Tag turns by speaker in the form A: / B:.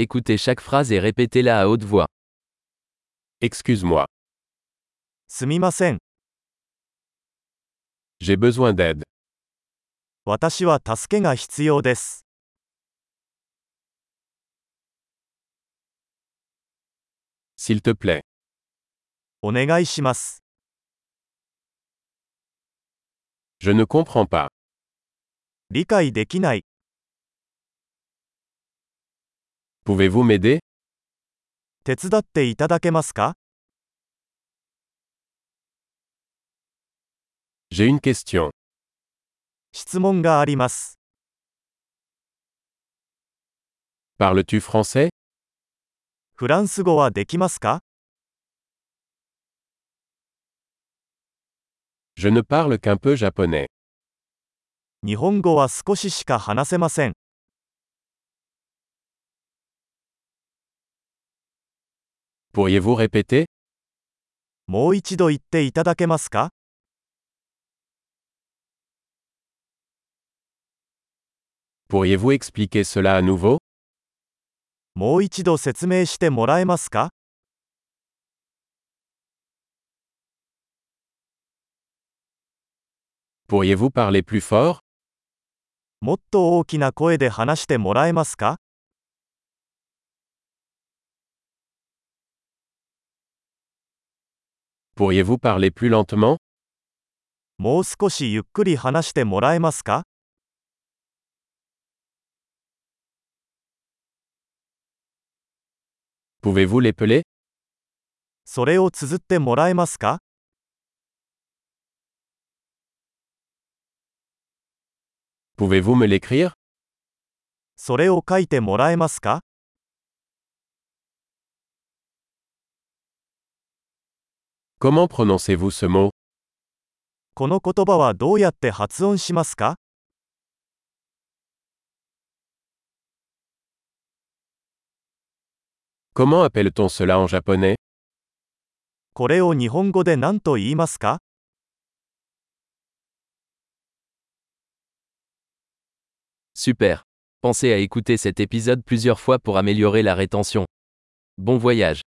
A: Écoutez chaque phrase et répétez-la à haute voix.
B: Excuse-moi,
C: すみません。
B: j'ai besoin d'aide.
C: 私は助けが必要です。
B: S'il te plaît,
C: お願いします。
B: je ne comprends pas.
C: 理解できない。
B: Pouvez-vous m'aider
C: 手伝っていただけますか
B: J'ai une question.
C: 質問があります。
B: Parles-tu français
C: フランス語はできますか
B: Je ne parle qu'un peu japonais.
C: 日本語は少ししか話せません。
B: Pourriez-vous répéter
C: もう一度言っていただけますか
B: Pourriez-vous expliquer cela à nouveau
C: もう一度説明してもらえますか
B: Pourriez-vous parler plus fort
C: もっと大きな声で話してもらえますか
B: Pourriez-vous parler plus lentement
C: もう少しゆっくり話してもらえますか
B: Pouvez-vous l'épeler
C: それを綴ってもらえますか
B: Pouvez-vous me l'écrire
C: それを書いてもらえますか
B: Comment prononcez-vous ce mot
C: この言葉はどうやって発音しますか
B: Comment appelle-t-on cela en japonais
C: これを日本語で何と言いますか
A: Super. Pensez à écouter cet épisode plusieurs fois pour améliorer la rétention. Bon voyage.